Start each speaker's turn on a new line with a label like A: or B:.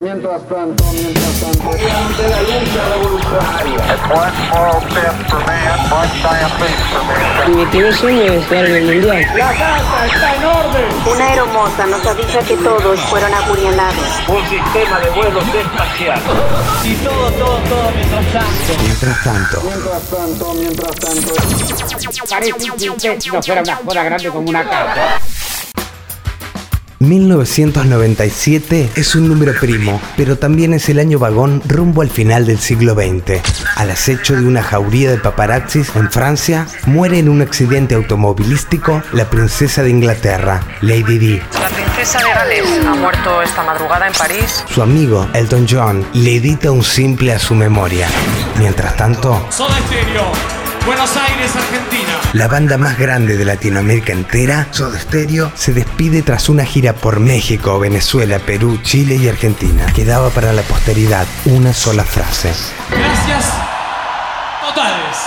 A: Mientras tanto, mientras tanto, ante la lucha revolucionaria.
B: Mi primer sueño es jugar en el mundial.
A: La casa está en orden.
C: Una aeromoza nos avisa que todos fueron apuñalados.
A: Un sistema de vuelos espacial.
D: Mientras tanto,
A: Mientras tanto, mientras tanto.
E: no fuera una joda grande como una casa.
D: 1997 es un número primo, pero también es el año vagón rumbo al final del siglo XX. Al acecho de una jauría de paparazzis en Francia, muere en un accidente automovilístico la princesa de Inglaterra, Lady Di.
F: La princesa de Gales ha muerto esta madrugada en París.
D: Su amigo, Elton John, le edita un simple a su memoria. Mientras tanto,
G: Soda Stereo, Buenos Aires, Argentina.
D: La banda más grande de Latinoamérica entera, Soda Stereo, se despide tras una gira por México, Venezuela, Perú, Chile y Argentina. Quedaba para la posteridad una sola frase.
G: Gracias totales.